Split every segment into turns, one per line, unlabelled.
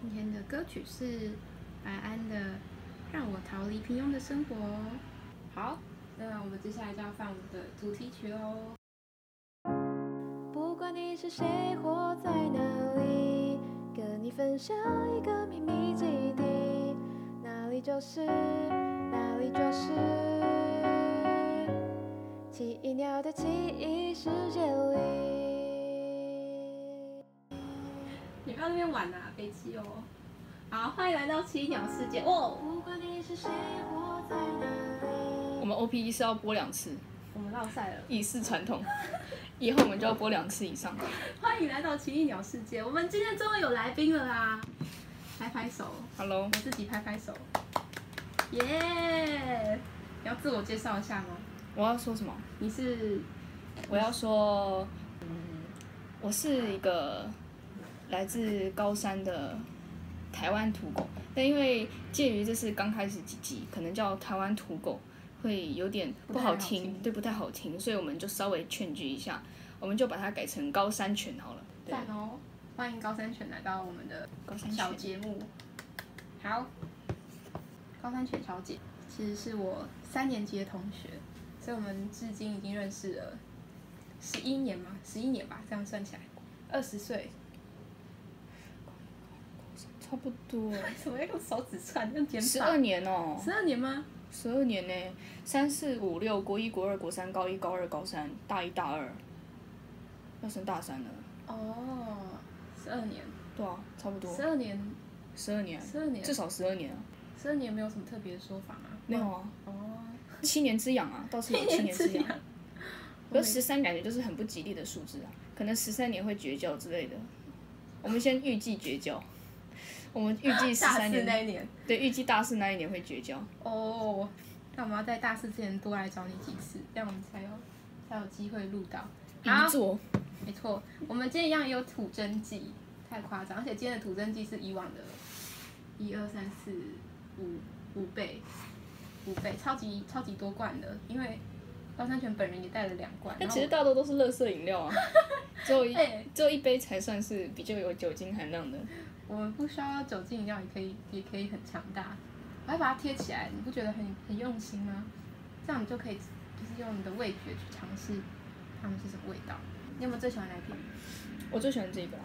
今天的歌曲是白安的《让我逃离平庸的生活》。好，那我们接下来就要放我们的主题曲哦喽。
不管你是谁，活在哪里，跟你分享一个秘密基地，哪里就是哪里就是奇异鸟的奇异世界里。
你不要那边玩啊，飞机哦。好，欢迎来到奇鸟世界。哦，
不管你是谁，活在哪
我
里，
们 OP 一是要播两次，
我们绕赛了。
以示传统。以后我们就要播两次以上。
欢迎来到奇异鸟世界。我们今天终于有来宾了啦！拍拍手，
Hello，
我自己拍拍手。耶、你要自我介绍一下吗？
我要说什么？
你是
我要说，嗯，我是一个来自高山的台湾土狗，但因为介于这是刚开始几集，可能叫台湾土狗会有点
不
不好
太好
听，
听
对，不太好听，所以我们就稍微劝句一下，我们就把它改成高山犬好了。对，
赞哦！欢迎高山犬来到我们的
高山
小
犬。
节目。好，高山犬小姐其实是我三年级的同学，所以我们至今已经认识了十一年嘛，十一年吧，这样算起来二十岁。
差不多
为什么要用手指算？用肩
十
膀
二？年哦、
十二年吗？
十二年呢、三四五六，国一、国二、国三、高一、高二、高三，大一、大二，要升大三了。
哦，十二年，
对啊，差不多
十二年，
十二年，
十二年
至，少十二年啊。
十二年没有什么特别的说法吗？
没有啊，
哦，
七年之痒啊，倒是有 七年之痒。
我
可是十三感觉就是很不吉利的数字啊，可能十三年会绝交之类的。我们先预计绝交，我们预计十
大
三
四那
年，
一年。
对，预计大四那一年会绝交。
哦，那我们要在大四之前多来找你几次，这样我们才有才有机会录到。好
遗，作，
没错，我们今天一样也有吐真记，太夸张，而且今天的吐真记是以往的一二三四五五倍，五倍，超级超级多罐的，因为高山泉本人也带了两罐。
但
然后
其实大多都是垃圾饮料啊， 只有一
哎
只有一杯才算是比较有酒精含量的。
我们不需要酒精饮料也可以，也可以很强大。我还把它贴起来，你不觉得很很用心吗？这样你就可以就是用你的味觉去尝试它们是什么味道。你有没有最喜欢哪一瓶？
我最喜欢这个啦，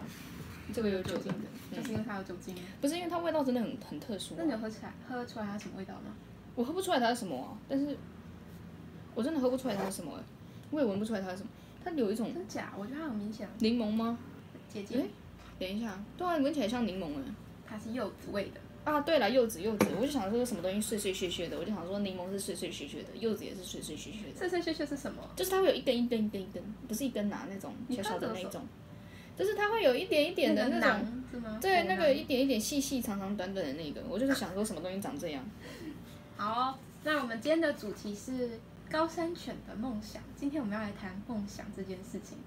这个有酒精
的，
的，
就是
嗯、
因为它有酒精。
不是因为它味道真的很很特殊啊、
那你有喝起来喝出来它什么味道吗？
我喝不出来它是什么、啊，但是我真的喝不出来它是什么、欸，我也闻不出来它是什么，它有一种
真假？我觉得它很明显，
柠檬吗？
姐姐
诶等一下，对啊，闻起来像柠檬哎、
它是柚子味的。
啊，对了，柚子柚子，我就想说什么东西碎碎屑屑的，我就想说柠檬是碎碎屑屑的，柚子也是碎碎屑屑的，
碎碎屑屑是什么？
就是它会有一根一根一根一根，不是一根拿、那种
你
小小
喝
的
的
那一
时候
种，就是它会有一点一点的
那
那
个嗯
种，
馕是吗？
对，
果
那
馕
个一点一点细细长长短短的那个，我就是想说什么东西长这样。
好，那我们今天的主题是高山犬的梦想。今天我们要来谈梦想这件事情。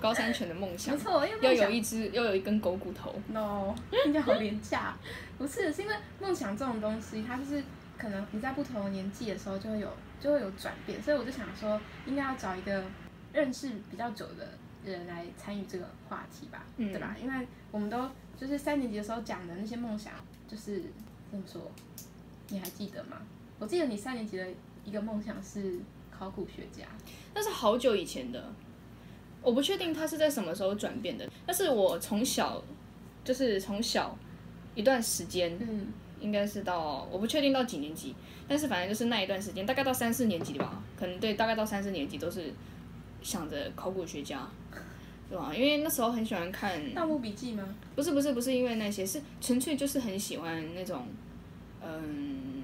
高山犬的梦想
没，错，因为
要
梦想
有一只，要有一根狗骨头。
no，应该好廉价。不是，是因为梦想这种东西，它就是可能你在不同的年纪的时候就会有就会有转变，所以我就想说，应该要找一个认识比较久的人来参与这个话题吧，
嗯
对吧？因为我们都就是三年级的时候讲的那些梦想，就是怎么说，你还记得吗？我记得你三年级的一个梦想是考古学家，
那是好久以前的，我不确定它是在什么时候转变的。但是我从小，就是从小一段时间，
嗯，
应该是到我不确定到几年级，但是反正就是那一段时间，大概到三四年级吧，可能对，大概到三四年级都是想着考古学家，对吧？因为那时候很喜欢看
《盗墓笔记》吗？
不是不是不是因为那些，是纯粹就是很喜欢那种，嗯，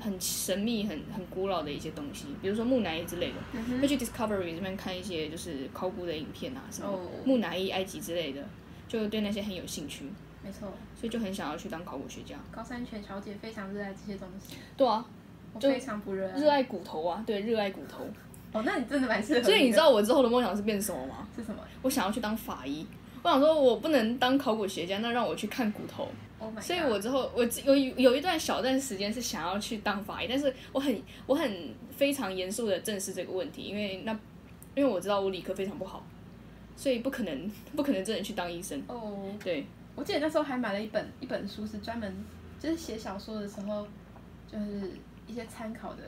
很神秘、很很古老的一些东西，比如说木乃伊之类的，
嗯
会去 Discovery 这边看一些就是考古的影片啊，什么
哦
木乃伊、埃及之类的，就对那些很有兴趣，
没错，
所以就很想要去当考古学家。
高山泉小姐非常热爱这些东西，
对啊，
我
就
非常不热爱。
热爱骨头啊，对，热爱骨头。
哦，那你真的蛮适合的。
所以你知道我之后的梦想是变什么吗？
是什么
我想要去当法医。我想说，我不能当考古学家，那让我去看骨头。
？Oh my god！
所以我之后我有有一段小段时间是想要去当法医，但是我很我很非常严肃的正视这个问题，因为那因为我知道我理科非常不好，所以不可能不可能真的去当医生。
哦，
对，
我记得那时候还买了一本一本书，是专门就是写小说的时候，就是一些参考的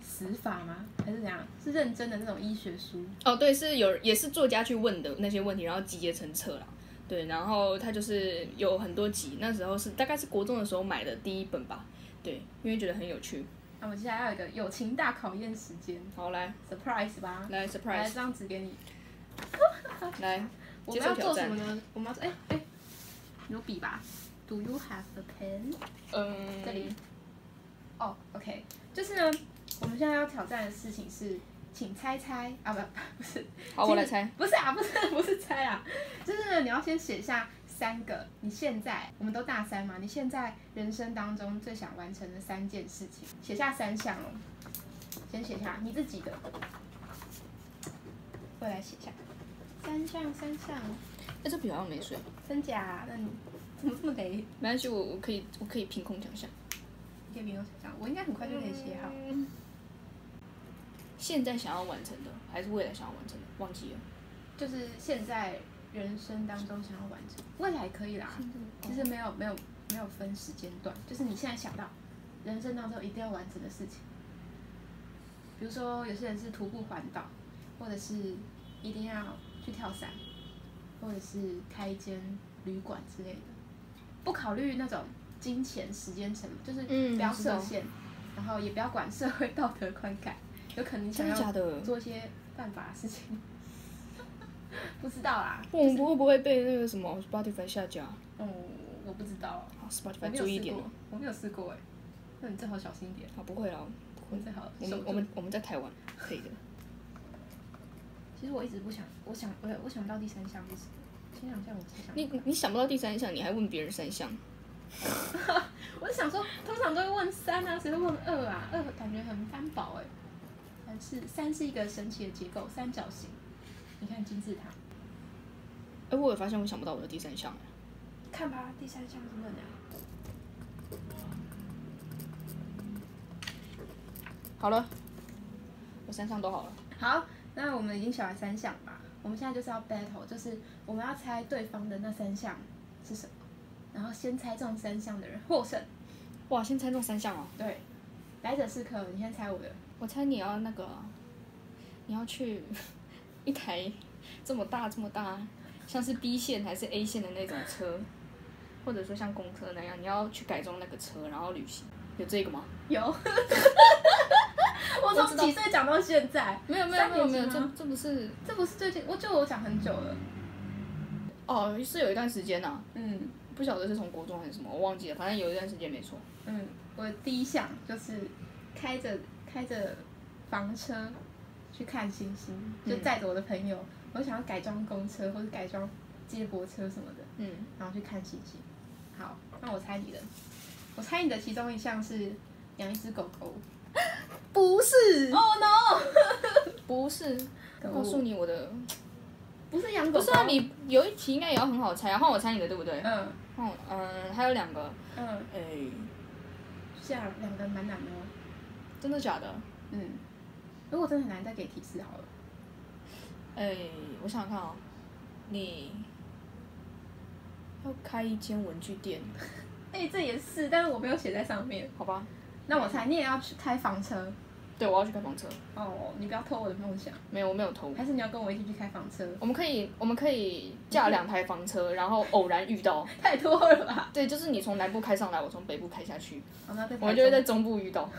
死法吗？还是怎样？是认真的那种医学书。
哦，对，是有也是作家去问的那些问题，然后集结成册啦。对，然后他就是有很多集，那时候是大概是国中的时候买的第一本吧。对，因为觉得很有趣。
那我接下来要有一个友情大考验时间
好，来
，surprise 吧！
来
来，
surprise，
这张纸给你。
来，
我
接
们
受
要
挑
做
战
什么呢？我们要做，哎、哎、有笔吧？Do you have a pen？
嗯，
这里。哦、o k 就是呢，我们现在要挑战的事情是，请猜猜啊，不， 不是，
好，我来猜。
不是啊，不是， 不是猜啊，就是呢，你要先写下三个你现在，我们都大三嘛，你现在人生当中最想完成的三件事情，写下三项哦。先写下你自己的，我来写下三项，三项，哦
哎，这笔好像没水，
真假、那你怎么这么雷？
没关系，我我可以我可以凭空想象。
你可以不用想象，我应该很快就可以写好。
现在想要完成的，还是未来想要完成的？忘记了。
就是现在人生当中想要完成，未来可以啦，其实没有没有没有分时间段，就是你现在想到人生当中一定要完成的事情，比如说有些人是徒步环岛，或者是一定要去跳伞，或者是开一间旅馆之类的，不考虑那种金钱、时间成本，就是
嗯
不要
我知道
设限，然后也不要管社会道德观感，有可能你想
真的
要
假的？
做一些犯法的事情， 不知道啦。
我们会不会被那个什么 Spotify 下架？啊
嗯，我不知道，
好
我
，Spotify
没
注
有
意一
试
点
过
哦。，
我没有试过哎、那你最好小心一点，
好，不会啦，不
你
会。
最好
我
守
们
住
我们我们在台湾可以的。
其实我一直不想，我想我我想不到第三项是什么，前两项我只想，
你你你想不到第三项，你还问别人三项？
我是想说，通常都会问三啊，谁会问二啊？二感觉很单薄哎、但是三是一个神奇的结构，三角形。你看金字塔，
哎，我有发现我想不到我的第三项。哎
看吧，第三项是问啊，
好了，我三项都好了。
好，那我们已经选完三项吧，我们现在就是要 battle，就是我们要猜对方的那三项是什么，然后先猜中三项的人获胜。
哇，先猜中三项哦。
对，来者是客，你先猜我的。
我猜你要那个，你要去 一台这么大这么大，像是 B 线还是 A 线的那种车，或者说像公车那样，你要去改装那个车，然后旅行，有这个吗？
有， 我从几岁讲到现在，
没有没有
三
没有
年
没
级
有，
吗
这这不是
这不是最近，我就我讲很久了。
哦，是有一段时间呐、
嗯
不晓得是从国中还是什么，我忘记了，反正有一段时间没错。
嗯，我的第一项就是开着开着房车去看星星，就
嗯
载着我的朋友，我想要改装公车或者改装接驳车什么的。
嗯，
然后去看星星。好，那我猜你的，我猜你的其中一项是养一只狗 狗。
不是
Oh no！
不是，
可恶
告诉你我的，
不是养狗
不
狗，
是啊，你有一题应该也要很好猜啊，换我猜你的对不对？
嗯
换我嗯，还有两个，
嗯，
哎、
这样两个蛮难的哦。
真的假的？
嗯，如果真的很难，再给提示好了。
哎、我想想看哦，你要开一间文具店，
哎、这也是，但是我没有写在上面。
好吧？
那我猜你也要去开房车
对，我要去开房车，
哦，你不要偷我的梦想，
没有，我没有偷。
还是你要跟我一起去开房车？
我们可以，我们可以驾两台房车，然后偶然遇到。
太多了吧？
对，就是你从南部开上来，我从北部开下去，
好，那再
我们就会在中部遇到，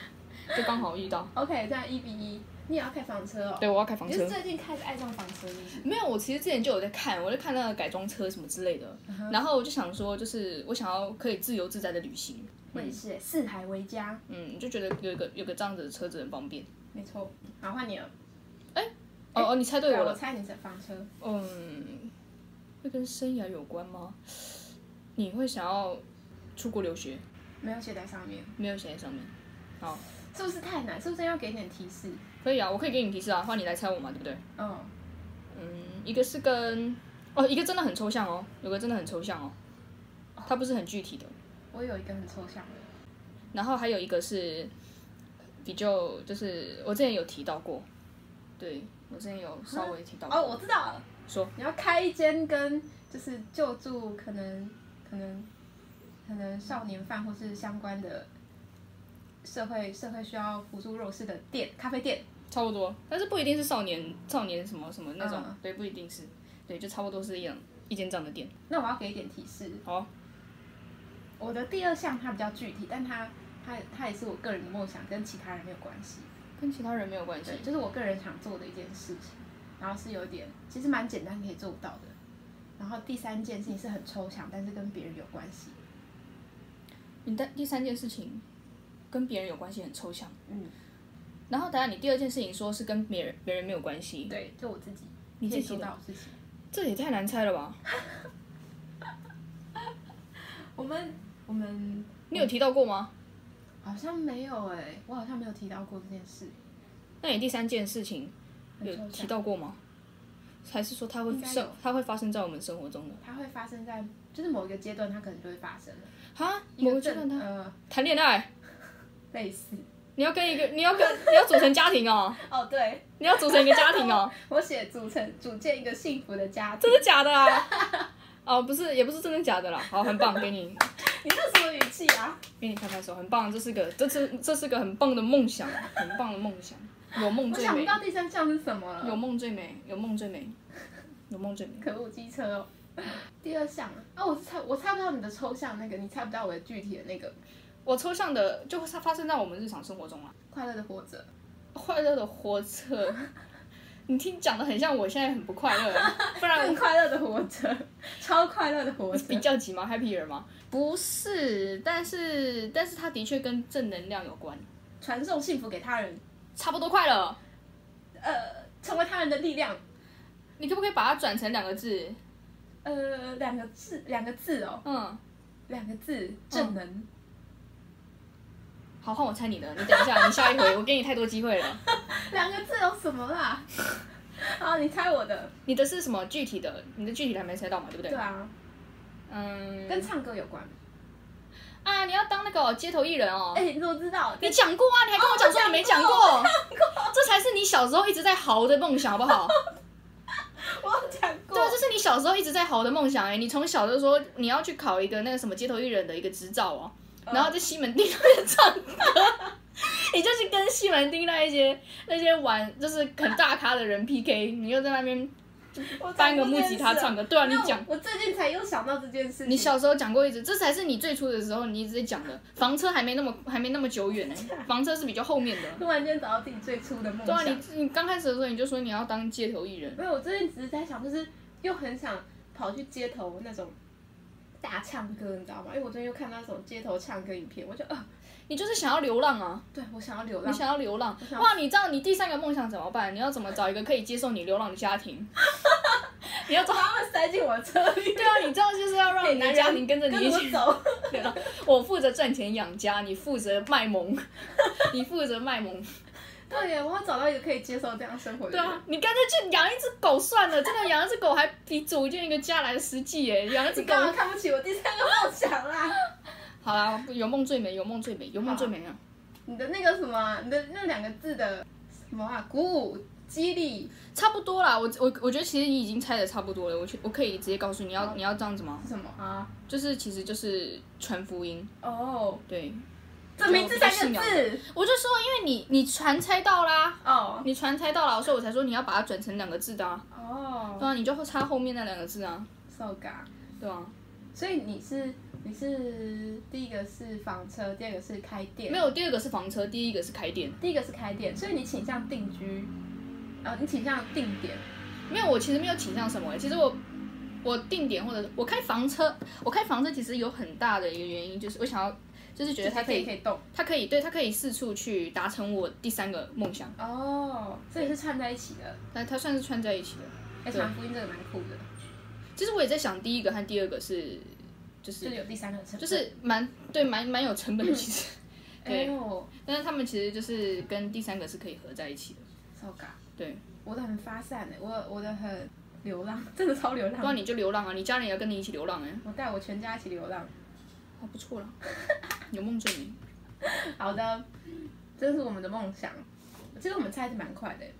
就刚好遇到。
OK，这样一比一，你也要开房车哦。
对，我要开房
你是
车。
最近开始爱上房车是不是？
没有，我其实之前就有在看，我在看那个改装车什么之类的，然后我就想说，就是我想要可以自由自在的旅行，
我也是，四海为家。
嗯，就觉得有一个有个这样子的车子很方便。
没错，好换你了。
哦哦，你猜对我
啊
了
我。猜你是房车。
嗯，会跟生涯有关吗？你会想要出国留学？
没有写在上面，
没有写在上面。
是不是太难？是不是要给点提示？
可以啊，我可以给你提示啊，换你来猜我嘛，对不对？
嗯，
嗯，一个是跟哦，一个真的很抽象哦，有个真的很抽象哦，它不是很具体的。
我有一个很抽象的，
然后还有一个是比较，就是我之前有提到过，对我之前有稍微提到过。
哦，我知道了，
说
你要开一间跟就是救助可能可能可能少年犯或是相关的社会社会需要辅助弱势的店咖啡店，
差不多，但是不一定是少年少年什么什么那种，
嗯
对，不一定是，对，就差不多是一样一间这样的店。
那我要给一点提示，
好，
我的第二项它比较具体，但它它它也是我个人的梦想，跟其他人没有关系。
跟其他人没有关系
对，，就是我个人想做的一件事情，然后是有点其实蛮简单可以做到的。然后第三件事情是很抽象，但是跟别人有关系。
你的第三件事情跟别人有关系，很抽象。
嗯，
然后等下你第二件事情说是跟别人别人没有关系，
对，就我自己
你
可
自
以
己
做
的
到的事情。
这也太难猜了吧？
我们我们
你有提到过吗？
好像没有哎、我好像没有提到过这件事，
那你第三件事情
很
有
抽
提
象。
到过吗？还是说它会
应该有
生，它会发生在我们生活中的？
它会发生在就是某一个阶段，它可能就会发生了。
哈，
一
某
个
个阶段
正
他
呃
谈恋爱，
类似
你要跟一个，你要跟，你要组成家庭哦，
哦，对
你要组成一个家庭哦。
我写组成组建一个幸福的家庭
真，的假的啊？ 哦，不是，也不是真的假的啦。好，很棒，给你
你这什么语气啊？
给你拍拍手，很棒，这是个这是这是个很棒的梦想，很棒的梦想，有梦
我
最
想不
美，
到第三项是什么了。
有梦最美，有梦最美，有梦最美。
可恶，机车哦。第二项啊，啊我是猜我猜不到你的抽象那个，你猜不到我的具体的那个
我抽象的就会发生在我们日常生活中啊，
快乐的活着。
快乐的活着。你听讲的很像我现在很不快乐，不然
更快乐的活着， 超快乐的活
比
着。
较急吗？Happy 人吗？不是，但是但是它的确跟正能量有关，
传送幸福给他人，
差不多快乐。
呃，成为他人的力量，
你可不可以把它转成两个字？
呃，两个字，两个字哦，
嗯，
两个字，正能。
哦好，换我猜你的，你等一下，你下一回，我给你太多机会了。
两个字有什么啦？ 好，你猜我的。
你的是什么具体的？你的具体的还没猜到嘛，对不对？
对啊，
嗯，
跟唱歌有关。
啊，你要当那个哦街头艺人哦。
哎，你怎么知道？
你讲过啊？你还 跟我讲说你没讲过，这才是你小时候一直在嚎的梦想，好不好？
我有讲过
对，啊，这是你小时候一直在嚎的梦想哎、你从小就说你要去考一个那个什么街头艺人的一个执照哦，然后在西门町那边唱歌， 你就去跟西门町那一些那些玩就是很大咖的人 PK，你又在那边
我讲过
搬个
这
木
件
吉他
事
唱歌，对啊，
那
你
我
讲，
我最近才又想到这件事情。
你小时候讲过一直，这才是你最初的时候你一直在讲的。房车还没那么还没那么 久远呢、房车是比较后面的。
突然间找到自己最初的梦
对
想。
啊，你你刚开始的时候你就说你要当街头艺人，
没有，我最近只是在想，就是又很想跑去街头那种大唱歌，你知道吗？因为我最近又看到那种街头唱歌影片，我就啊、
你就是想要流浪啊，
对我想要流
你
浪，
想要流浪
我。想
哇，你知道你第三个梦想怎么办？你要怎么找一个可以接受你流浪的家庭？ 你要找
把他们塞 进我的车里，
对啊，你知道就是要让
给
你
男
的
人
家庭跟着你
跟
一
我
起
走。
对啊， 我负责赚钱养家，你负责卖萌， 你负责卖萌。
对耶，我要找到一个可以接受这样生活的
对
人。
啊，你干脆去养一只狗算了，真的养一只狗还比组建一个家来的实际 耶。养一只
你
狗，
干嘛看不起我第三个梦想啊啦？
好啦，有梦最美，有梦最美，有梦最美啊！
你的那个什么啊，你的那两个字的什么啊？鼓舞、激励
差不多啦，我我我觉得其实你已经猜的差不多了，我去我可以直接告诉你要
好
你要这样子吗？
是什么啊？
就是其实就是传福音，
哦，
对，
这名字三个字
我就说因为你你传猜到啦，
哦
你传猜到啦，所以我才说你要把它转成两个字的啊，对
哦
啊，你就插后面那两个字啊，
，so ga。
对啊，
所以你是你是第一个是房车，第二个是开店，
没，有第二个是房车，第一个是开店。
第一个是开店，所以你倾向定居，呃，你倾向定点，
没有，我其实没有倾向什么欸。其实我我定点或者我开房车，我开房车其实有很大的一个原因，就是我想要，就是觉得它可
可
以，
以动
它可以对它可以四处去达成我第三个梦想，
哦，这也是串在一起的。
但它算是串在一起的。
哎，
对
传福音这个蛮酷的，
其实我也在想，第一个和第二个是
就
就
是
是
有第三个成分，
就是蛮对蛮蛮有成本的， 其实，
哎
对
呦，
但是他们其实就是跟第三个是可以合在一起的。
糟糕，
对，
我的很发散哎，我我的很流浪， 真的超流
不然
浪，
你就流浪啊，你家人也要跟你一起流浪哎、
我带我全家一起流浪。
还哦不错啦，有梦最美。
好的，这是我们的梦想。其实我们猜的蛮快的欸，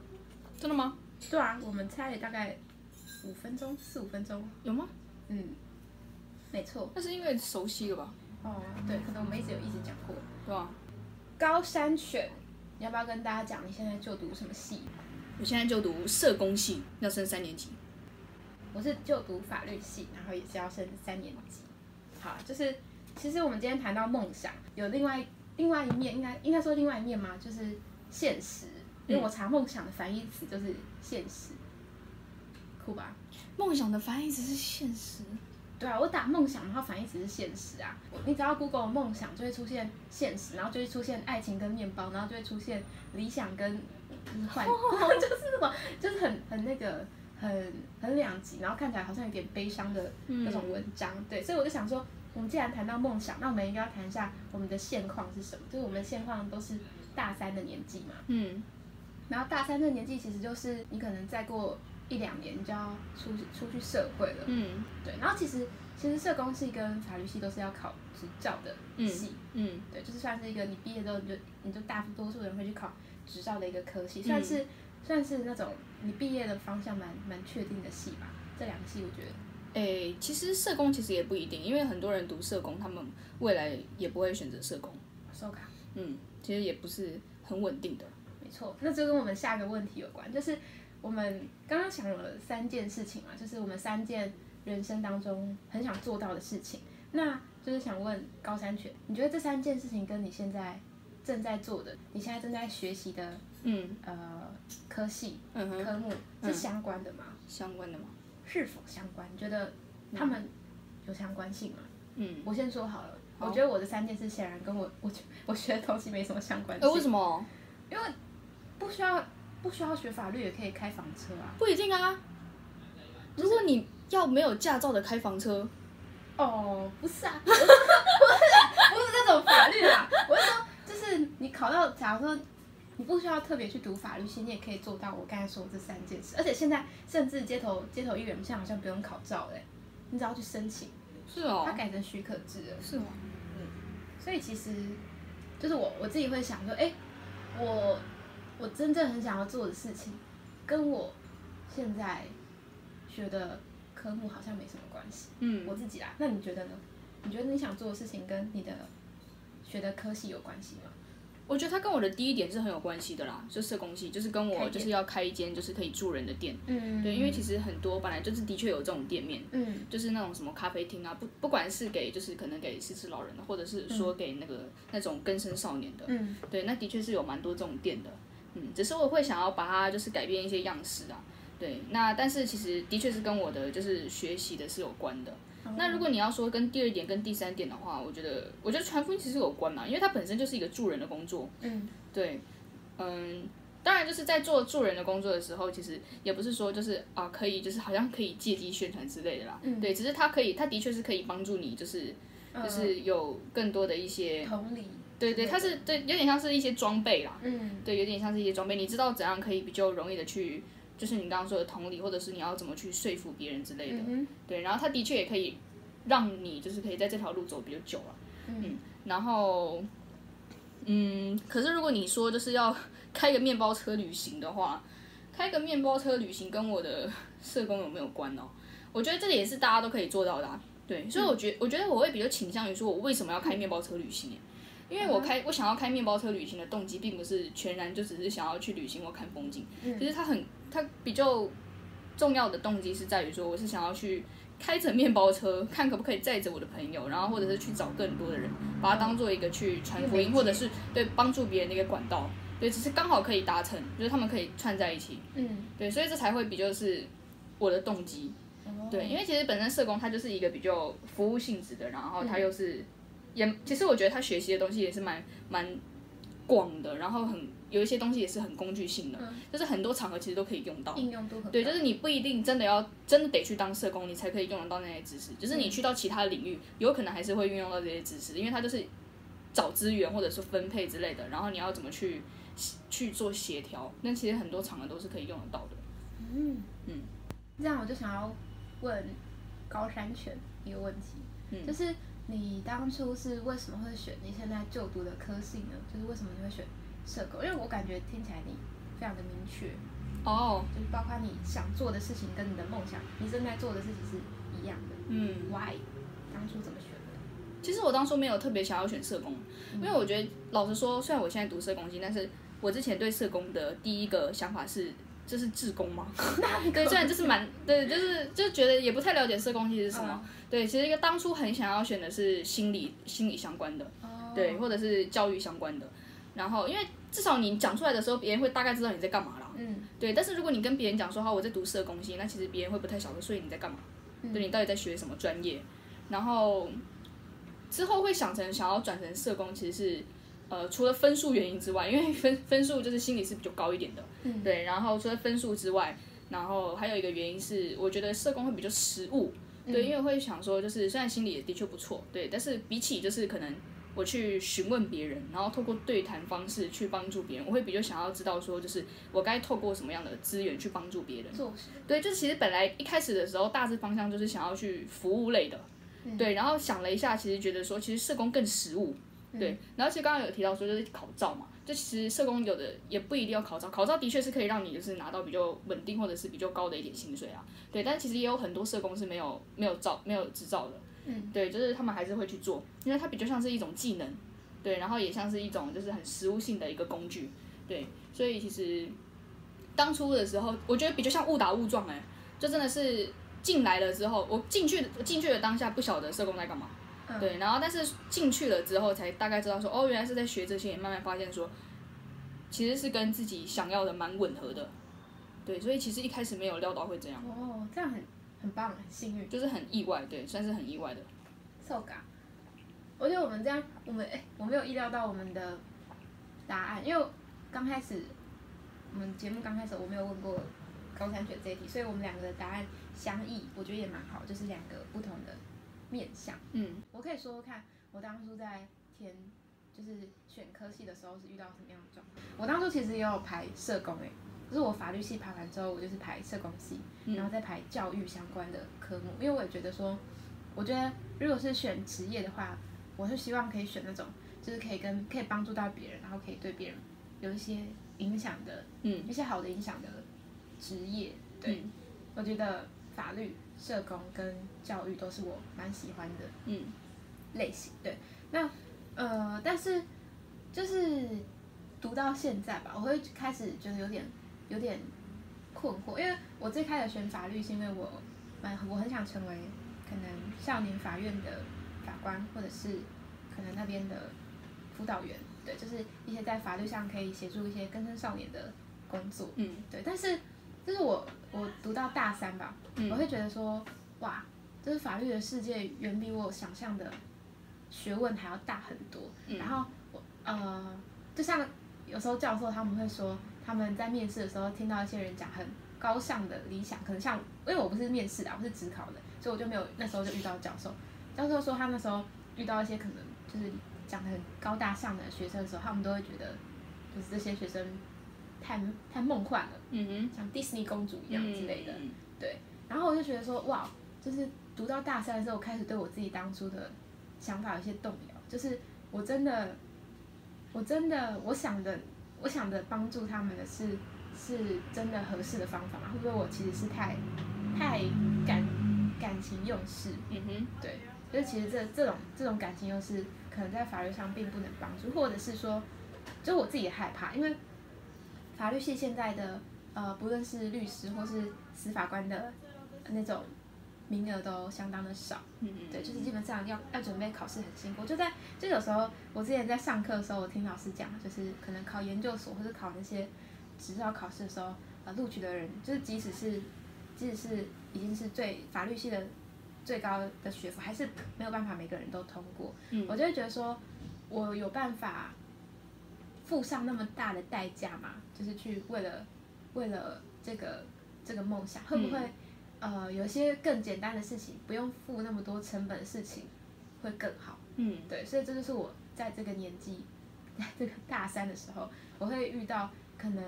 真的吗？
对啊，我们猜了大概五分钟，四五分钟。
有吗？
嗯，没错。
那是因为熟悉了吧？
哦，对，可能我们一直有一直讲过
对啊吧？
高山犬，你要不要跟大家讲你现在就读什么系？
我现在就读社工系，要升三年级。
我是就读法律系，然后也是要升三年级。好，就是其实我们今天谈到梦想，有另外另外一面，应该应该说另外一面嘛，就是现实。因为我查梦想的反义词就是现实，酷吧？
梦想的反义词是现实，
对啊，我打梦想，然后反义词是现实啊。我你只要 Google 梦想，就会出现现实，然后就会出现爱情跟面包，然后就会出现理想跟就是幻， 就是什么，就是很很那个很很两极，然后看起来好像有点悲伤的
嗯
那种文章。对，所以我就想说，我们既然谈到梦想，那我们应该要谈一下我们的现况是什么？就是我们的现况都是大三的年纪嘛，
嗯，
然后大三的年纪其实就是你可能再过一两年你就要出去出去社会了。
嗯
对，然后其实其实社工系跟法律系都是要考执照的系，
嗯
对，就是算是一个你毕业之后你就你就大多数人会去考执照的一个科系，算
嗯
是、算是那种你毕业的方向蛮蛮确定的系吧。这两个系我觉得，
诶、其实社工其实也不一定，因为很多人读社工，他们未来也不会选择社工，
收卡
嗯，其实也不是很稳定的。
没错，那就跟我们下一个问题有关，就是我们刚刚想了三件事情嘛，就是我们三件人生当中很想做到的事情。那就是想问高山犬，你觉得这三件事情跟你现在正在做的，你现在正在学习的
嗯
呃科系
嗯哼，
科目是相关的吗？
相关的嘛，
是否相关？你觉得他们有相关性吗？
嗯，
我先说好了，
好
我觉得我的三件事显然跟我我觉我学的东西没什么相关
诶、
性，
为什么
不需要不需要学法律也可以开房车啊？
不一定啊？如果你要没有驾照的开房车，
哦， 不是啊，我是不是那种法律啊，我是说就是你考到，假如说。你不需要特别去读法律系，你也可以做到我刚才说的这三件事。而且现在甚至街头街头艺人现在好像不用考照嘞、你只要去申请，
是哦
它，改成许可制了。嗯
是哦，
所以其实就是我我自己会想说，哎、我我真正很想要做的事情，跟我现在学的科目好像没什么关系。
嗯
我自己啦，那你觉得呢？你觉得你想做的事情跟你的学的科系有关系吗？
我觉得它跟我的第一点是很有关系的啦，就社工系，就是跟
开
我
店
就是要开一间就是可以住人的店，
嗯
对，因为其实很多本来就是的确有这种店面，
嗯
就是那种什么咖啡厅啊，不不管是给就是可能给失智老人的，或者是说给那个、那种更生少年的，
嗯
对，那的确是有蛮多这种店的，嗯，只是我会想要把它就是改变一些样式啊，对，那但是其实的确是跟我的就是学习的是有关的。
哦
那如果你要说跟第二点跟第三点的话，我觉得我觉得传福音其实有关嘛，因为它本身就是一个助人的工作，
嗯
对，嗯，当然就是在做助人的工作的时候，其实也不是说就是啊可以就是好像可以借机宣传之类的啦，
嗯
对，只是它可以，它的确是可以帮助你，就是就是有更多的一些，
同理，
对对，它是对有点像是一些装备啦，
嗯
对，有点像是一些装备，你知道怎样可以比较容易的去。就是你刚刚说的同理，或者是你要怎么去说服别人之类的，
嗯
对，然后它的确也可以让你就是可以在这条路走比较久了。
嗯
然后，嗯，可是如果你说就是要开个面包车旅行的话，开个面包车旅行跟我的社工有没有关哦？我觉得这也是大家都可以做到的、啊，对，
嗯
所以我觉我觉得我会比较倾向于说，我为什么要开面包车旅行耶？欸因为
嗯
我开我想要开面包车旅行的动机，并不是全然就只是想要去旅行或看风景，
嗯
其实它很它比较重要的动机是在于说，我是想要去开着面包车，看可不可以载着我的朋友，然后或者是去找更多的人，把它当做一个去传福
一个媒
音，
介
或者是对帮助别人的一个管道，对，只是刚好可以达成，就是他们可以串在一起，
嗯，
对，所以这才会比较是我的动机，
哦
对，因为其实本身社工它就是一个比较服务性质的，然后它又是、也，其实我觉得他学习的东西也是蛮蛮广的，然后很有一些东西也是很工具性的，就是很多场合其实都可以嗯用到。
应用度很高
对，就是你不一定真的要真的得去当社工，你才可以用得到那些知识。就是你去到其他领域，有可能还是会运用到这些知识，因为它就是找资源或者是分配之类的，然后你要怎么去去做协调，那其实很多场合都是可以用得到的。
嗯
嗯，
这样我就想要问高山犬一个问题，
嗯
就是你当初是为什么会选你现在就读的科系呢？就是为什么你会选社工？因为我感觉听起来你非常的明确，
哦，
就是包括你想做的事情跟你的梦想，你正在做的事情是一样的。
嗯，
why 当初怎么选的？
其实我当初没有特别想要选社工，因为我觉得老实说，虽然我现在读社工系，但是我之前对社工的第一个想法是。这是志工吗？对，虽然就是蛮对，就是就觉得也不太了解社工系是什么。对，其实一个当初很想要选的是心理心理相关的，
哦，
对，或者是教育相关的。然后，因为至少你讲出来的时候，别人会大概知道你在干嘛啦。
嗯，
对，但是如果你跟别人讲说，哈，我在读社工系，那其实别人会不太晓得，所以你在干嘛？
嗯
对，你到底在学什么专业？然后之后会想成想要转成社工，其实是呃，除了分数原因之外，因为分分数就是心理是比较高一点的，
嗯
对。然后除了分数之外，然后还有一个原因是，我觉得社工会比较实务，
嗯
对，因为会想说，就是虽然心理也的确不错，对，但是比起就是可能我去询问别人，然后透过对谈方式去帮助别人，我会比较想要知道说，就是我该透过什么样的资源去帮助别人。
做事，
对，就是其实本来一开始的时候，大致方向就是想要去服务类的，
嗯
对，然后想了一下，其实觉得说，其实社工更实务，对。然后其实刚刚有提到说，就是考照嘛，就其实社工有的也不一定要考照，考照的确是可以让你就是拿到比较稳定或者是比较高的一点薪水啊，对。但其实也有很多社工是没有没有照没有执照的，
嗯，
对，就是他们还是会去做，因为它比较像是一种技能，对，然后也像是一种就是很实务性的一个工具，对，所以其实当初的时候，我觉得比较像误打误撞、欸，哎，就真的是进来了之后，我进去我进去的当下不晓得社工在干嘛，
嗯
对，然后但是进去了之后才大概知道说，哦，原来是在学这些，也慢慢发现说，其实是跟自己想要的蛮吻合的，对，所以其实一开始没有料到会这样，
哦，这样很很棒，很幸运。
就是很意外，对，算是很意外的，
受感。我觉得我们这样，我们哎、我没有意料到我们的答案，因为刚开始我们节目刚开始我没有问过高三选这一题，所以我们两个的答案相异，我觉得也蛮好，就是两个不同的面向。
嗯。
我可以说说看，我当初在填就是选科系的时候是遇到什么样的状况。我当初其实也有排社工哎、就是我法律系排完之后，我就是排社工系，
嗯
然后再排教育相关的科目，因为我也觉得说，我觉得如果是选职业的话，我是希望可以选那种就是可以跟可以帮助到别人，然后可以对别人有一些影响的，
嗯，
一些好的影响的职业。对，
嗯
我觉得法律、社工跟教育都是我蛮喜欢的。
嗯
类型。对，那呃，但是就是读到现在吧，我会开始觉得有点有点困惑，因为我最开始选法律是因为我蛮我很想成为可能少年法院的法官，或者是可能那边的辅导员，对，就是一些在法律上可以协助一些更生少年的工作。
嗯
对，但是就是我我读到大三吧，
嗯
我会觉得说，哇，就是法律的世界远比我想象的学问还要大很多。
嗯
然后我呃，就像有时候教授他们会说，他们在面试的时候听到一些人讲很高尚的理想，可能像因为我不是面试啊，我是职考的，所以我就没有那时候就遇到教授。教授说他那时候遇到一些可能就是讲的很高大上的学生的时候，他们都会觉得就是这些学生太太梦幻了，
嗯哼，
像迪士尼公主一样之类的。
嗯
然后我就觉得说，哇，就是读到大三的时候，我开始对我自己当初的想法有些动摇，就是我真的，我真的，我想的，我想的帮助他们的是，是真的合适的方法吗？会不会我其实是太，太感感情用事？
嗯哼，
对，就是其实这这种这种感情又是可能在法律上并不能帮助，或者是说，就我自己也害怕，因为法律系现在的呃，不论是律师或是司法官的那种名额都相当的少，
嗯哼，
对，就是基本上要要准备考试很辛苦。就在就有时候我之前在上课的时候，我听老师讲，就是可能考研究所或者考那些执照考试的时候，呃，录取的人就是即使是即使是已经是最法律系的最高的学府，还是没有办法每个人都通过。
嗯
我就会觉得说，我有办法付上那么大的代价嘛？就是去为了为了这个这个梦想，会不会、
嗯
呃有一些更简单的事情，不用付那么多成本的事情会更好？
嗯
对，所以这就是我在这个年纪， 在这个大三的时候，我会遇到可能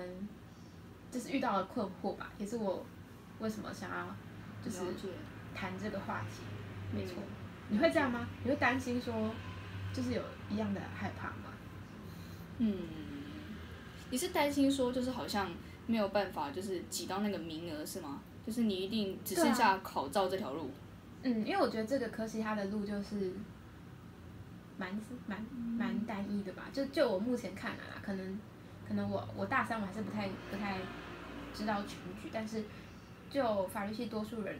就是遇到了困惑吧，也是我为什么想要就是
了解，
谈这个话题。
没
没错，你会这样吗？你会担心说，就是有一样的害怕吗？
嗯，你是担心说就是好像没啊有办法就是挤到那个名额是吗？就是你一定只剩下考照这条路，
嗯，因为我觉得这个科系它的路就是蛮蛮蛮单一的吧，就就我目前看来啦，可能可能我我大三我还是不太不太知道全局，但是就法律系多数人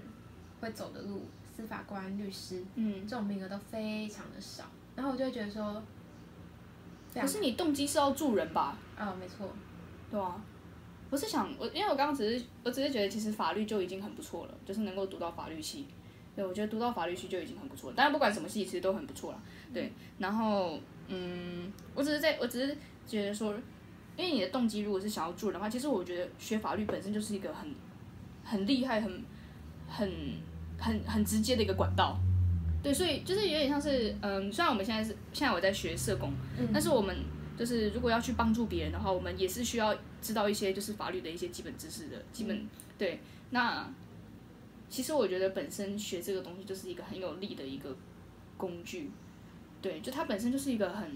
会走的路，司法官、律师
嗯，
这种名额都非常的少，然后我就会觉得说，非
可
常
是你动机是要助人吧？
哦，没错，
对啊，我是想我，因为我刚刚只是我只是觉得其实法律就已经很不错了，就是能够读到法律系。对，我觉得读到法律系就已经很不错了，当然不管什么系其实都很不错啦。对，然后嗯，我只是在我只是觉得说，因为你的动机如果是想要助人的话，其实我觉得学法律本身就是一个很很厉害、很很很很直接的一个管道。对，所以就是有点像是嗯，虽然我们现在是现在我在学社工，
嗯
但是我们就是如果要去帮助别人的话，我们也是需要知道一些就是法律的一些基本知识的，基本、对。那其实我觉得本身学这个东西就是一个很有力的一个工具，对，就它本身就是一个很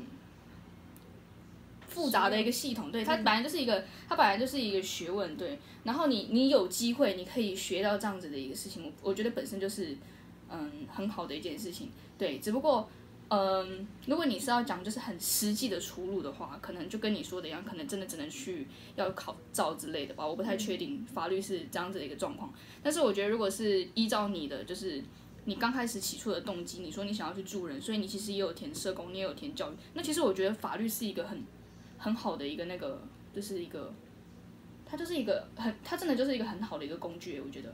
复杂的一个系统，对，它本来就是一个，它本来就是一个学问，对。然后你你有机会，你可以学到这样子的一个事情，我我觉得本身就是嗯很好的一件事情，对。只不过嗯，如果你是要讲就是很实际的出路的话，可能就跟你说的一样，可能真的只能去要考照之类的吧，我不太确定法律是这样子的一个状况。但是我觉得如果是依照你的就是。你刚开始起初的动机，你说你想要去助人，所以你其实也有填社工，你也有填教育。那其实我觉得法律是一个很很好的一个那个，就是一个，它就是一个很，它真的就是一个很好的一个工具，我觉得。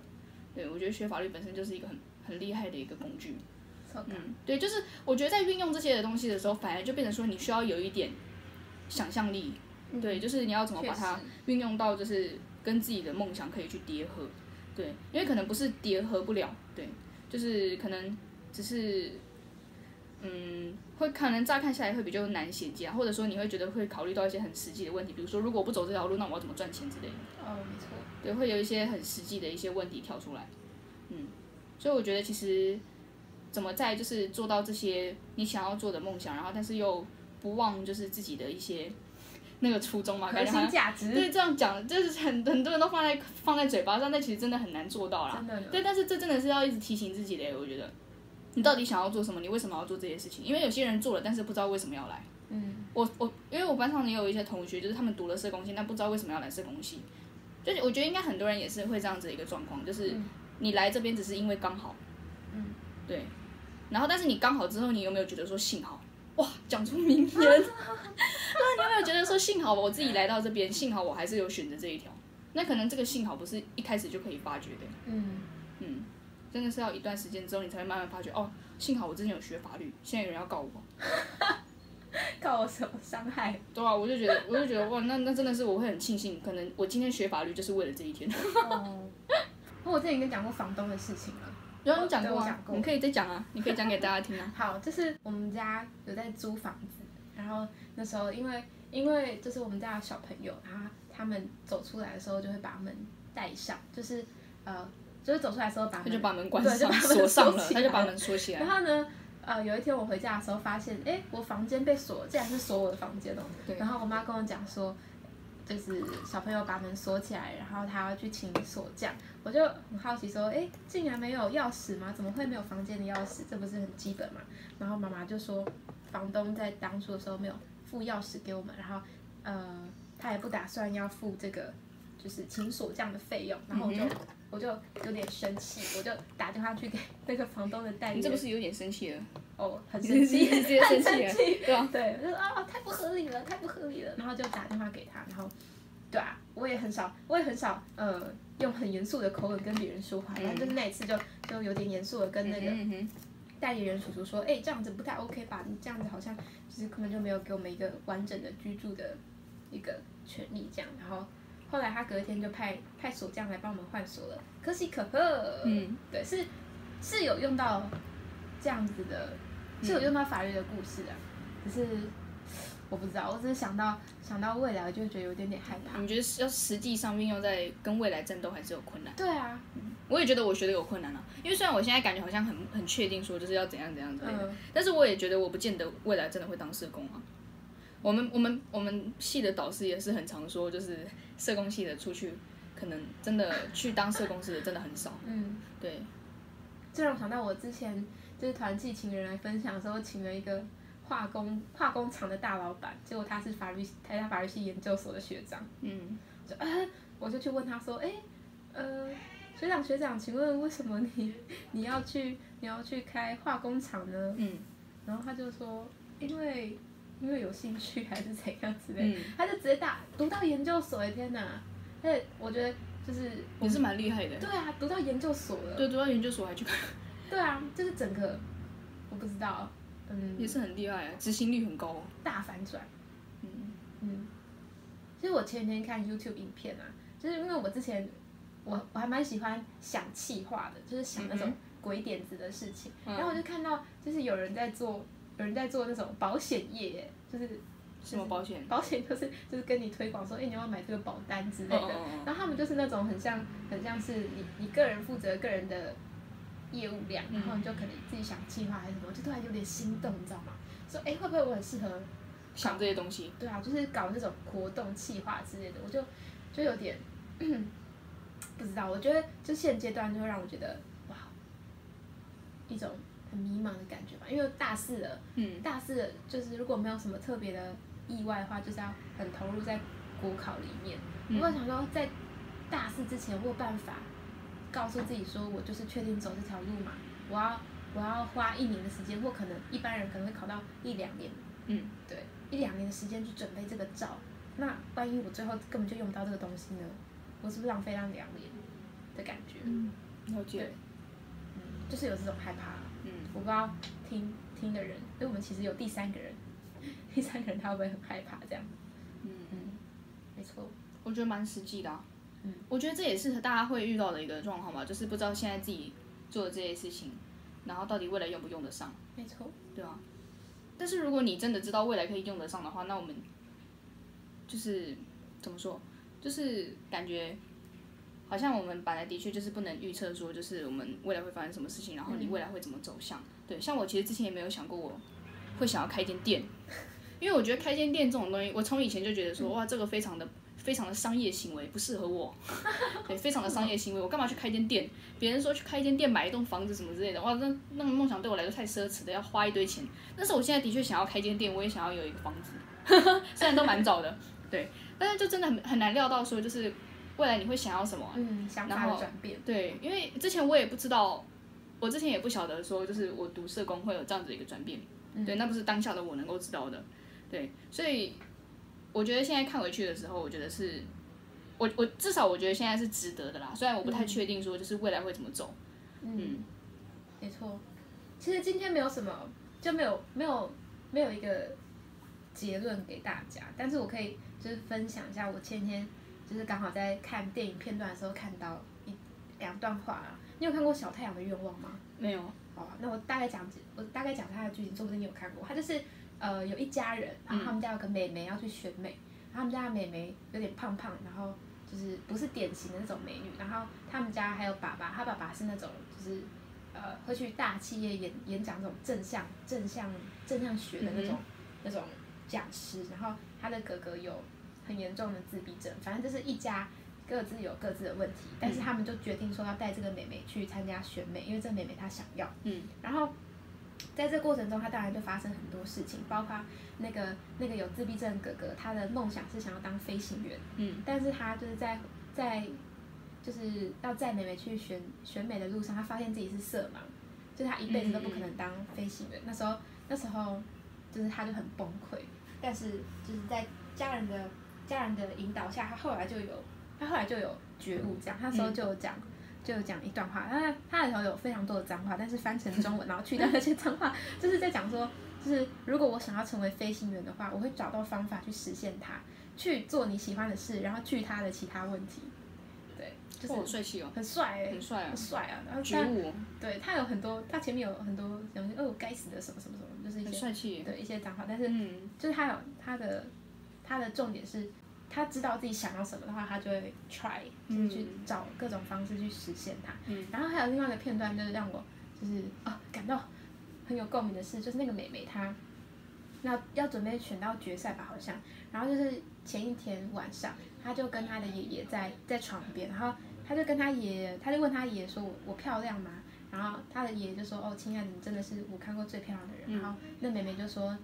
对，我觉得学法律本身就是一个很很厉害的一个工具。
错感，
嗯，对，就是我觉得在运用这些的东西的时候，反而就变成说你需要有一点想象力，
嗯
对，就是你要怎么把它
确实
运用到，就是跟自己的梦想可以去叠合，对，因为可能不是叠合不了，对，就是可能只是，嗯，会可能乍看下来会比较难衔接啊，或者说你会觉得会考虑到一些很实际的问题，比如说如果我不走这条路，那我要怎么赚钱之类的。
哦，没错，
对，会有一些很实际的一些问题跳出来，嗯，所以我觉得其实怎么在就是做到这些你想要做的梦想，然后但是又不忘就是自己的一些那个初衷嘛，
核
感觉好
心
像
价值
对这样讲，就是很很多人都放在放在嘴巴上，但其实真的很难做到啦。
真的有
对，但是这真的是要一直提醒自己的耶，我觉得你到底想要做什么，你为什么要做这些事情？因为有些人做了，但是不知道为什么要来。
嗯，
我我因为我班上也有一些同学，就是他们读了社工系，但不知道为什么要来社工系。就是我觉得应该很多人也是会这样子的一个状况，就是
嗯
你来这边只是因为刚好，
嗯，
对。然后，但是你刚好之后，你有没有觉得说幸好？哇，讲出名言， 对，啊你有没有觉得说幸好我自己来到这边，幸好我还是有选择这一条？那可能这个幸好不是一开始就可以发掘的，
嗯，
嗯，真的是要一段时间之后，你才会慢慢发觉哦，幸好我之前有学法律，现在有人要告我，
告我什么伤害？
对啊，我就觉得， 我就觉得哇，那那真的是我会很庆幸，可能我今天学法律就是为了这一天。
哦，我之前跟你讲过房东的事情了。
然后你讲过
对我
啊
讲，过
你可以再讲啊，你可以讲给大家 听啊。
好，就是我们家有在租房子，然后那时候因为因为就是我们家的小朋友，然后他们走出来的时候就会把门带上，就是呃，就是走出来的时候把门
他就把门关
对就
上，
把门
锁上
锁
了，
起
他就把
来
门锁起来
然。后呢，呃，有一天我回家的时候发现，哎，我房间被锁了，竟然是锁我的房间哦。
对
然后我妈跟我讲说，就是小朋友把门锁起来，然后他要去请锁匠。我就很好奇说，哎，竟然没有钥匙吗？怎么会没有房间的钥匙？这不是很基本吗？然后妈妈就说，房东在当初的时候没有付钥匙给我们，然后呃，他也不打算要付这个就是请锁匠的费用。然后我就、
嗯
我就有点生气，我就打电话去给那个房东的代理
你
人
这不是有点生气了？
哦，很
你
生气，
你直 接
很
生
生
气了，
气。
对啊，
对，我就说啊、太不合理了，太不合理了。 然后就打电话给他，然后，对啊，我也很少，我也很少，呃，用很严肃的口吻跟别人说话。
嗯
然后就是那一次就就有点严肃的跟那个
嗯哼，
代理人叔叔说，哎、这样子不太 OK 吧？你这样子好像就是根本就没有给我们一个完整的居住的一个权利，这样。然后后来他隔天就派派锁匠来帮我们换锁了，可喜可贺。
嗯，
对，是是有用到这样子的，是有用到法律的故事的，啊只是我不知道，我只是想到想到未来，我就觉得有点点害怕。
嗯你觉得是要实际上运用在跟未来战斗还是有困难？
对啊，
我也觉得我学的有困难啊，因为虽然我现在感觉好像很很确定说就是要怎样怎样之类的，
嗯
但是我也觉得我不见得未来真的会当社工啊。我们我们我们系的导师也是很常说，就是社工系的出去，可能真的去当社工师的真的很少。
嗯，
对，
这让我想到我之前就是团契请人来分享的时候，请了一个化工化工厂的大老板，结果他是法律台大法律系研究所的学长。
嗯，
就啊，我就去问他说，哎，呃，学长学长，请问为什么你 你要去你要去开化工厂呢？
嗯
然后他就说，因为因为有兴趣还是怎样之类的，
嗯，
他就直接大读到研究所，哎天哪！而且我觉得就是我
也是蛮厉害的。
对啊，读到研究所了，
对，读到研究所还去看，
对啊，就是整个我不知道，嗯，
也是很厉害啊，执行力很高。
大反转。
嗯
嗯，其实我前几天看 YouTube 影片啊，就是因为我之前我我还蛮喜欢想气话的，就是想那种
嗯
鬼点子的事情。
嗯
然后我就看到，就是有人在做，有人在做那种保险业耶，就是
什么保险？
保险就是就是跟你推广说，哎、你要买这个保单之类的。
哦哦哦
然后他们就是那种很像很像是你你个人负责个人的业务量，
嗯
然后你就可能自己想计划还是什么，就突然有点心动，你知道吗？说哎、诶会不会我很适合
想这些东西，
对啊，就是搞那种活动企划之类的，我就就有点 不知道。我觉得就现阶段就会让我觉得哇，一种很迷茫的感觉吧。因为大四了，
嗯
大四了就是如果没有什么特别的意外的话，就是要很投入在国考里面。
嗯
我想说，在大四之前，我有办法告诉自己说，我就是确定走这条路嘛，我要我要花一年的时间，或可能一般人可能会考到一两年。
嗯，
对，一两年的时间去准备这个照，那万一我最后根本就用不到这个东西呢？我是不是浪费那两年的感觉？
嗯，了解
对。就是有这种害怕。啊
嗯，
我不知道听听的人，因为我们其实有第三个人， 第三个人他会不会很害怕这样？
嗯，
没错，
我觉得蛮实际的、啊。
嗯，
我觉得这也是大家会遇到的一个状况吧，就是不知道现在自己做的这些事情，然后到底未来用不用得上，
没错，
对啊。但是如果你真的知道未来可以用得上的话，那我们就是怎么说，就是感觉好像我们本来的确就是不能预测说，就是我们未来会发生什么事情，然后你未来会怎么走向。对，像我其实之前也没有想过我会想要开一间店，因为我觉得开间店这种东西，我从以前就觉得说，哇，这个非常的非常的商业行为，不适合我， 对，非常的商业行为，我干嘛去开间店？别人说去开间店买一栋房子什么之类的，哇，那那个梦想对我来说太奢侈了，要花一堆钱。但是我现在的确想要开间店，我也想要有一个房子， 虽然都蛮早的，对，但是就真的很很难料到说，就是未来你会想要什么啊、
嗯，想法
然
的
后
转变，
对，因为之前我也不知道，我之前也不晓得说，就是我读社工会有这样子一个转变，
嗯
对，那不是当下的我能够知道的，对，所以我觉得现在看回去的时候，我觉得是，我我至少我觉得现在是值得的啦，虽然我不太确定说就是未来会怎么走，
嗯，没错。其实今天没有什么，就没有没有没有一个结论给大家，但是我可以就是分享一下，我前天就是刚好在看电影片段的时候看到一两段话啊。你有看过《小太阳的愿望》吗？
没有，
哦，那我大概讲几，我大概讲他的剧情，说不定你有看过。他就是呃，有一家人，然后他们家有个妹妹要去选美，然后他们家的妹妹有点胖胖，然后就是不是典型的那种美女，然后他们家还有爸爸，他爸爸是那种就是呃会去大企业演演讲这种正向正向正向学的那种、那种讲师，然后他的哥哥有很严重的自闭症，反正就是一家。各自有各自的问题，但是他们就决定说要带这个妹妹去参加选美，因为这妹妹她想要。
嗯
然后在这过程中，他当然就发生很多事情，包括那个那个有自闭症的哥哥，他的梦想是想要当飞行员，
嗯
但是他就是在在就是要载妹妹去选选美的路上，他发现自己是色盲，就是他一辈子都不可能当飞行员。那时候那时候就是他就很崩溃，但是就是在家人的家人的引导下，他后来就有他后来就有觉悟，这样他那时候就有讲。就有讲一段话，他他里头有非常多的脏话，但是翻成中文，然后去掉那些脏话，就是在讲说，就是如果我想要成为飞行员的话，我会找到方法去实现它，去做你喜欢的事，然后去他的其他问题。对，
哇好
就是
帅气哦，
很帅、欸，
很帅啊
很，帅啊！然后
觉
他
悟哦，
对他有很多，他前面有很多讲说哦该死的什么什么什么，就是一
很
些
帅气，
对一些脏话，但是
嗯
就是他有他的他的重点是，他知道自己想要什么的话，他就会 try，就是去
嗯
找各种方式去实现它。
嗯
然后还有另外一个片段，就是让我就是啊、感到很有共鸣的事，就是那个美眉她要要准备选到决赛吧，好像，然后就是前一天晚上，她就跟她的爷爷在在床边，然后她就跟她爷爷，她就问她爷爷说我我漂亮吗？然后他的爷爷就说：“哦，亲爱的，你真的是我看过最漂亮的人。
嗯
然后那妹妹就说：“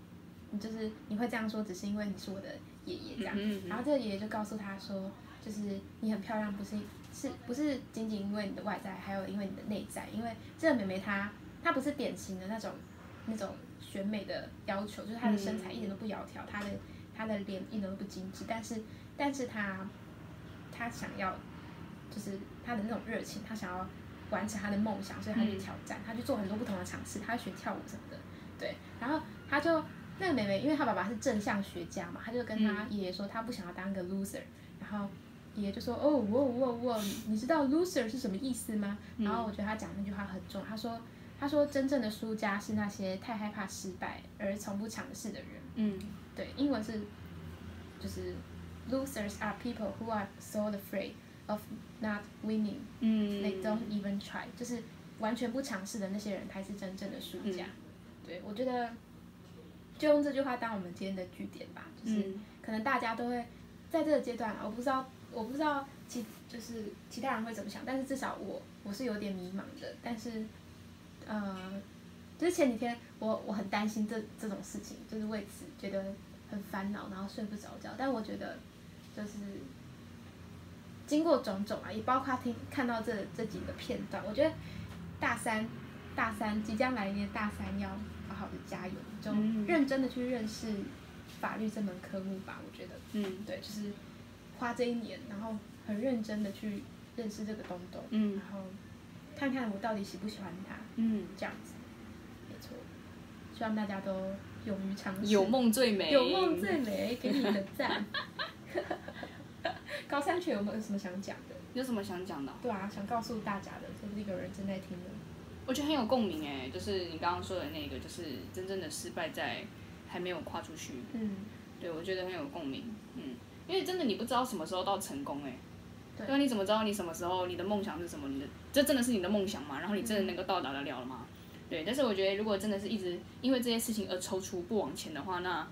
你就是你会这样说，只是因为你是我的爷爷这样。
嗯
然后这个爷爷就告诉他说：“就是你很漂亮，不是是不是仅仅因为你的外在，还有因为你的内在。因为这个妹妹她她不是典型的那种那种选美的要求，就是她的身材一点都不窈窕，她的她的脸一点都不精致，但是但是她她想要就是她的那种热情，她想要完成她的梦想，所以她去挑战，她去做很多不同的尝试，她学跳舞什么的，对，然后她就。那个妹妹，因为她爸爸是正向学家嘛，她就跟她爷爷说，她不想要当个 loser，然后爷爷就说：“哦，我我我，你知道 loser 是什么意思吗？”然后我觉得他讲那句话很重，他说：“他说真正的输家是那些太害怕失败而从不尝试的人。
嗯”
对，英文是就是 “losers are people who are so afraid of not winning,
嗯
they don't even try”，就是完全不尝试的那些人才是真正的输家。
嗯
对，我觉得就用这句话当我们今天的据点吧，就是。
嗯
可能大家都会在这个阶段啊，我不知道，我不知道其就是其他人会怎么想，但是至少我我是有点迷茫的，但是，呃，就是前几天我我很担心这这种事情，就是为此觉得很烦恼，然后睡不着觉，但我觉得就是。经过种种啊，也包括听看到这这几个片段，我觉得大三大三即将来临的大三要好好的加油，就
嗯
认真的去认识法律这门科目吧，我觉得，
嗯
对，就是花这一年，然后很认真的去认识这个东东，
嗯
然后看看我到底喜不喜欢它，
嗯，
这样子，没错，希望大家都勇于尝试，
有梦最美，
有梦最美，给你一个 赞。高三学有没有什么想讲的？
有什么想讲的啊？
对啊，想告诉大家的，说不定有人正在听的。
我觉得很有共鸣哎，就是你刚刚说的那个，就是真正的失败在还没有跨出去，
嗯，
对我觉得很有共鸣，嗯，因为真的你不知道什么时候到成功哎，
对
对啊，你怎么知道你什么时候你的梦想是什么？你的这真的是你的梦想吗？然后你真的能够到达得了吗？对，但是我觉得如果真的是一直因为这些事情而踌躇不往前的话，那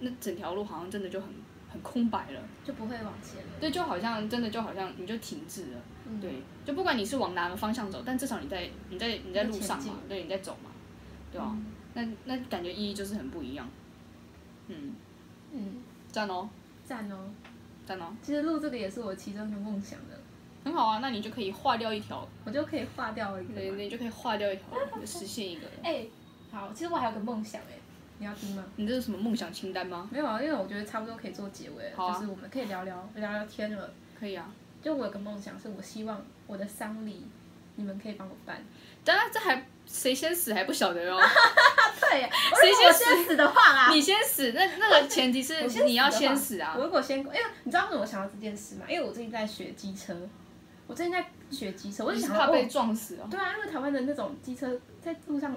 那整条路好像真的就很很空白了，
就不会往前了。
对，就好像真的就好像你就停滞了。
嗯，
对，就不管你是往哪个方向走，但至少你在你在你在路上
在前进
嘛，对，你在走嘛，对啊，那那感觉意义就是很不一样。嗯，
嗯，
赞哦，
赞哦。
赞哦，
其实录这个也是我其中一个梦想的，
很好啊，那你就可以划掉一条，
我就可以划掉一个
对，
嘛。
你就可以划掉一条，你就实现一个。
哎、好，其实我还有个梦想哎、你要听吗？
你这是什么梦想清单吗？
没有啊，因为我觉得差不多可以做结尾了，
好啊
就是我们可以聊聊聊聊天了。
可以啊，
就我有个梦想，是我希望我的丧礼，你们可以帮我办。
当然这还谁先死还不晓得哦，
对耶，
谁
谁
先
先先死的话啦，
你先死，那那个前提是
我先死的话
你要先死啊
我。如果先，因为你知道为什么我想到这件事吗？因为我最近在学机车，我最近在学机车，我就
你是
想
怕
到
被
哦，
撞死 哦。
对啊，因为台湾的那种机车在路上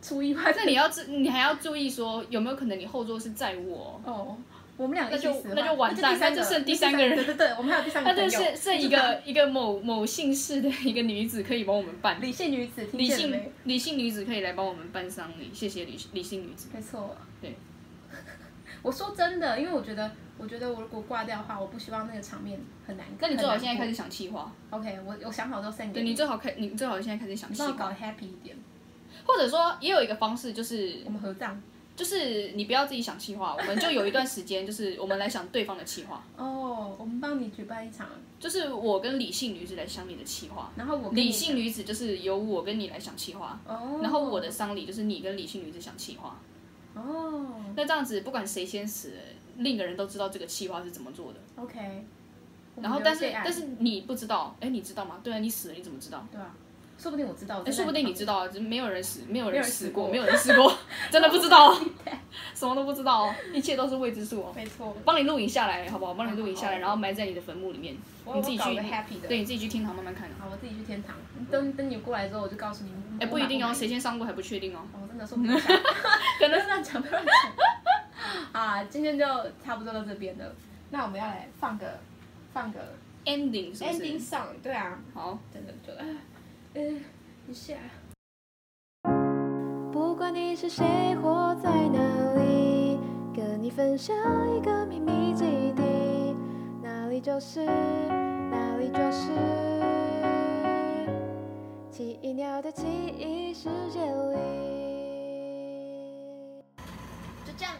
出意外，
那你要注，你还要注意说有没有可能你后座是载物哦。
哦，我们两个一起死的话
那就那就完蛋
第三个
那就剩第三个人
对对对，我们还有第 三个
那
朋
就
友，
是剩一 个一个某某姓氏的一个女子可以帮我们办，
理性女子，
理
听见了
性
没？
理性女子可以来帮我们办丧礼，谢谢理理性女子。
没错，
对。
我说真的，因为我觉得，我觉得我如果挂掉的话，我不希望那个场面很难。
那你最好现在
很
开始
难
想气话，
过 OK，我我想好之后 send 给
对你最好开，你最好现在开始想
你
气
帮我搞
话，
得 happy 一点，
或者说也有一个方式就是
我们合葬。
就是你不要自己想气话，我们就有一段时间就是我们来想对方的气话，
哦，我们帮你举办一场，
就是我跟理性女子来想你的气话，
然后我跟你
理性女子就是由我跟你来想气话，
哦，
然后我的丧礼就是你跟理性女子想气话。
哦
那这样子，不管谁先死，另一个人都知道这个计划是怎么做的。
，OK，我们
然后，
留
但是
备案
但是你不知道，哎，你知道吗？对啊，你死了，你怎么知道？
对吧？说不定我知道，
哎，说不定你知
道，
道，只是没有人死，没有
没有
人
人
死
死
过，
过
没有人试过，真的不知 道，什么都不知道，一切都是未知数哦。
没错，
帮你录影下来，好不好？帮你录影下来，
好
然后埋在你的坟墓里面，
我
你自己
我搞
去
个 happy 的，
对，你自己去天堂慢慢看啊。
好，我自己去天堂，等等你过来之后，我就告诉你，
哎，不一定
我
哦，
买
谁先上过还不确定哦。
我真的说不定想， 可能乱讲，不要乱讲。啊，今天就差不多到这边了。那我们要来放个放个
Ending 是不
ending
是？
song，对啊，
好，
真的就啊，嗯、一下。
不管你是谁或在哪里，跟你分享一个秘密基地，哪里就是哪里就是奇异鸟的奇异世界里。
就这样。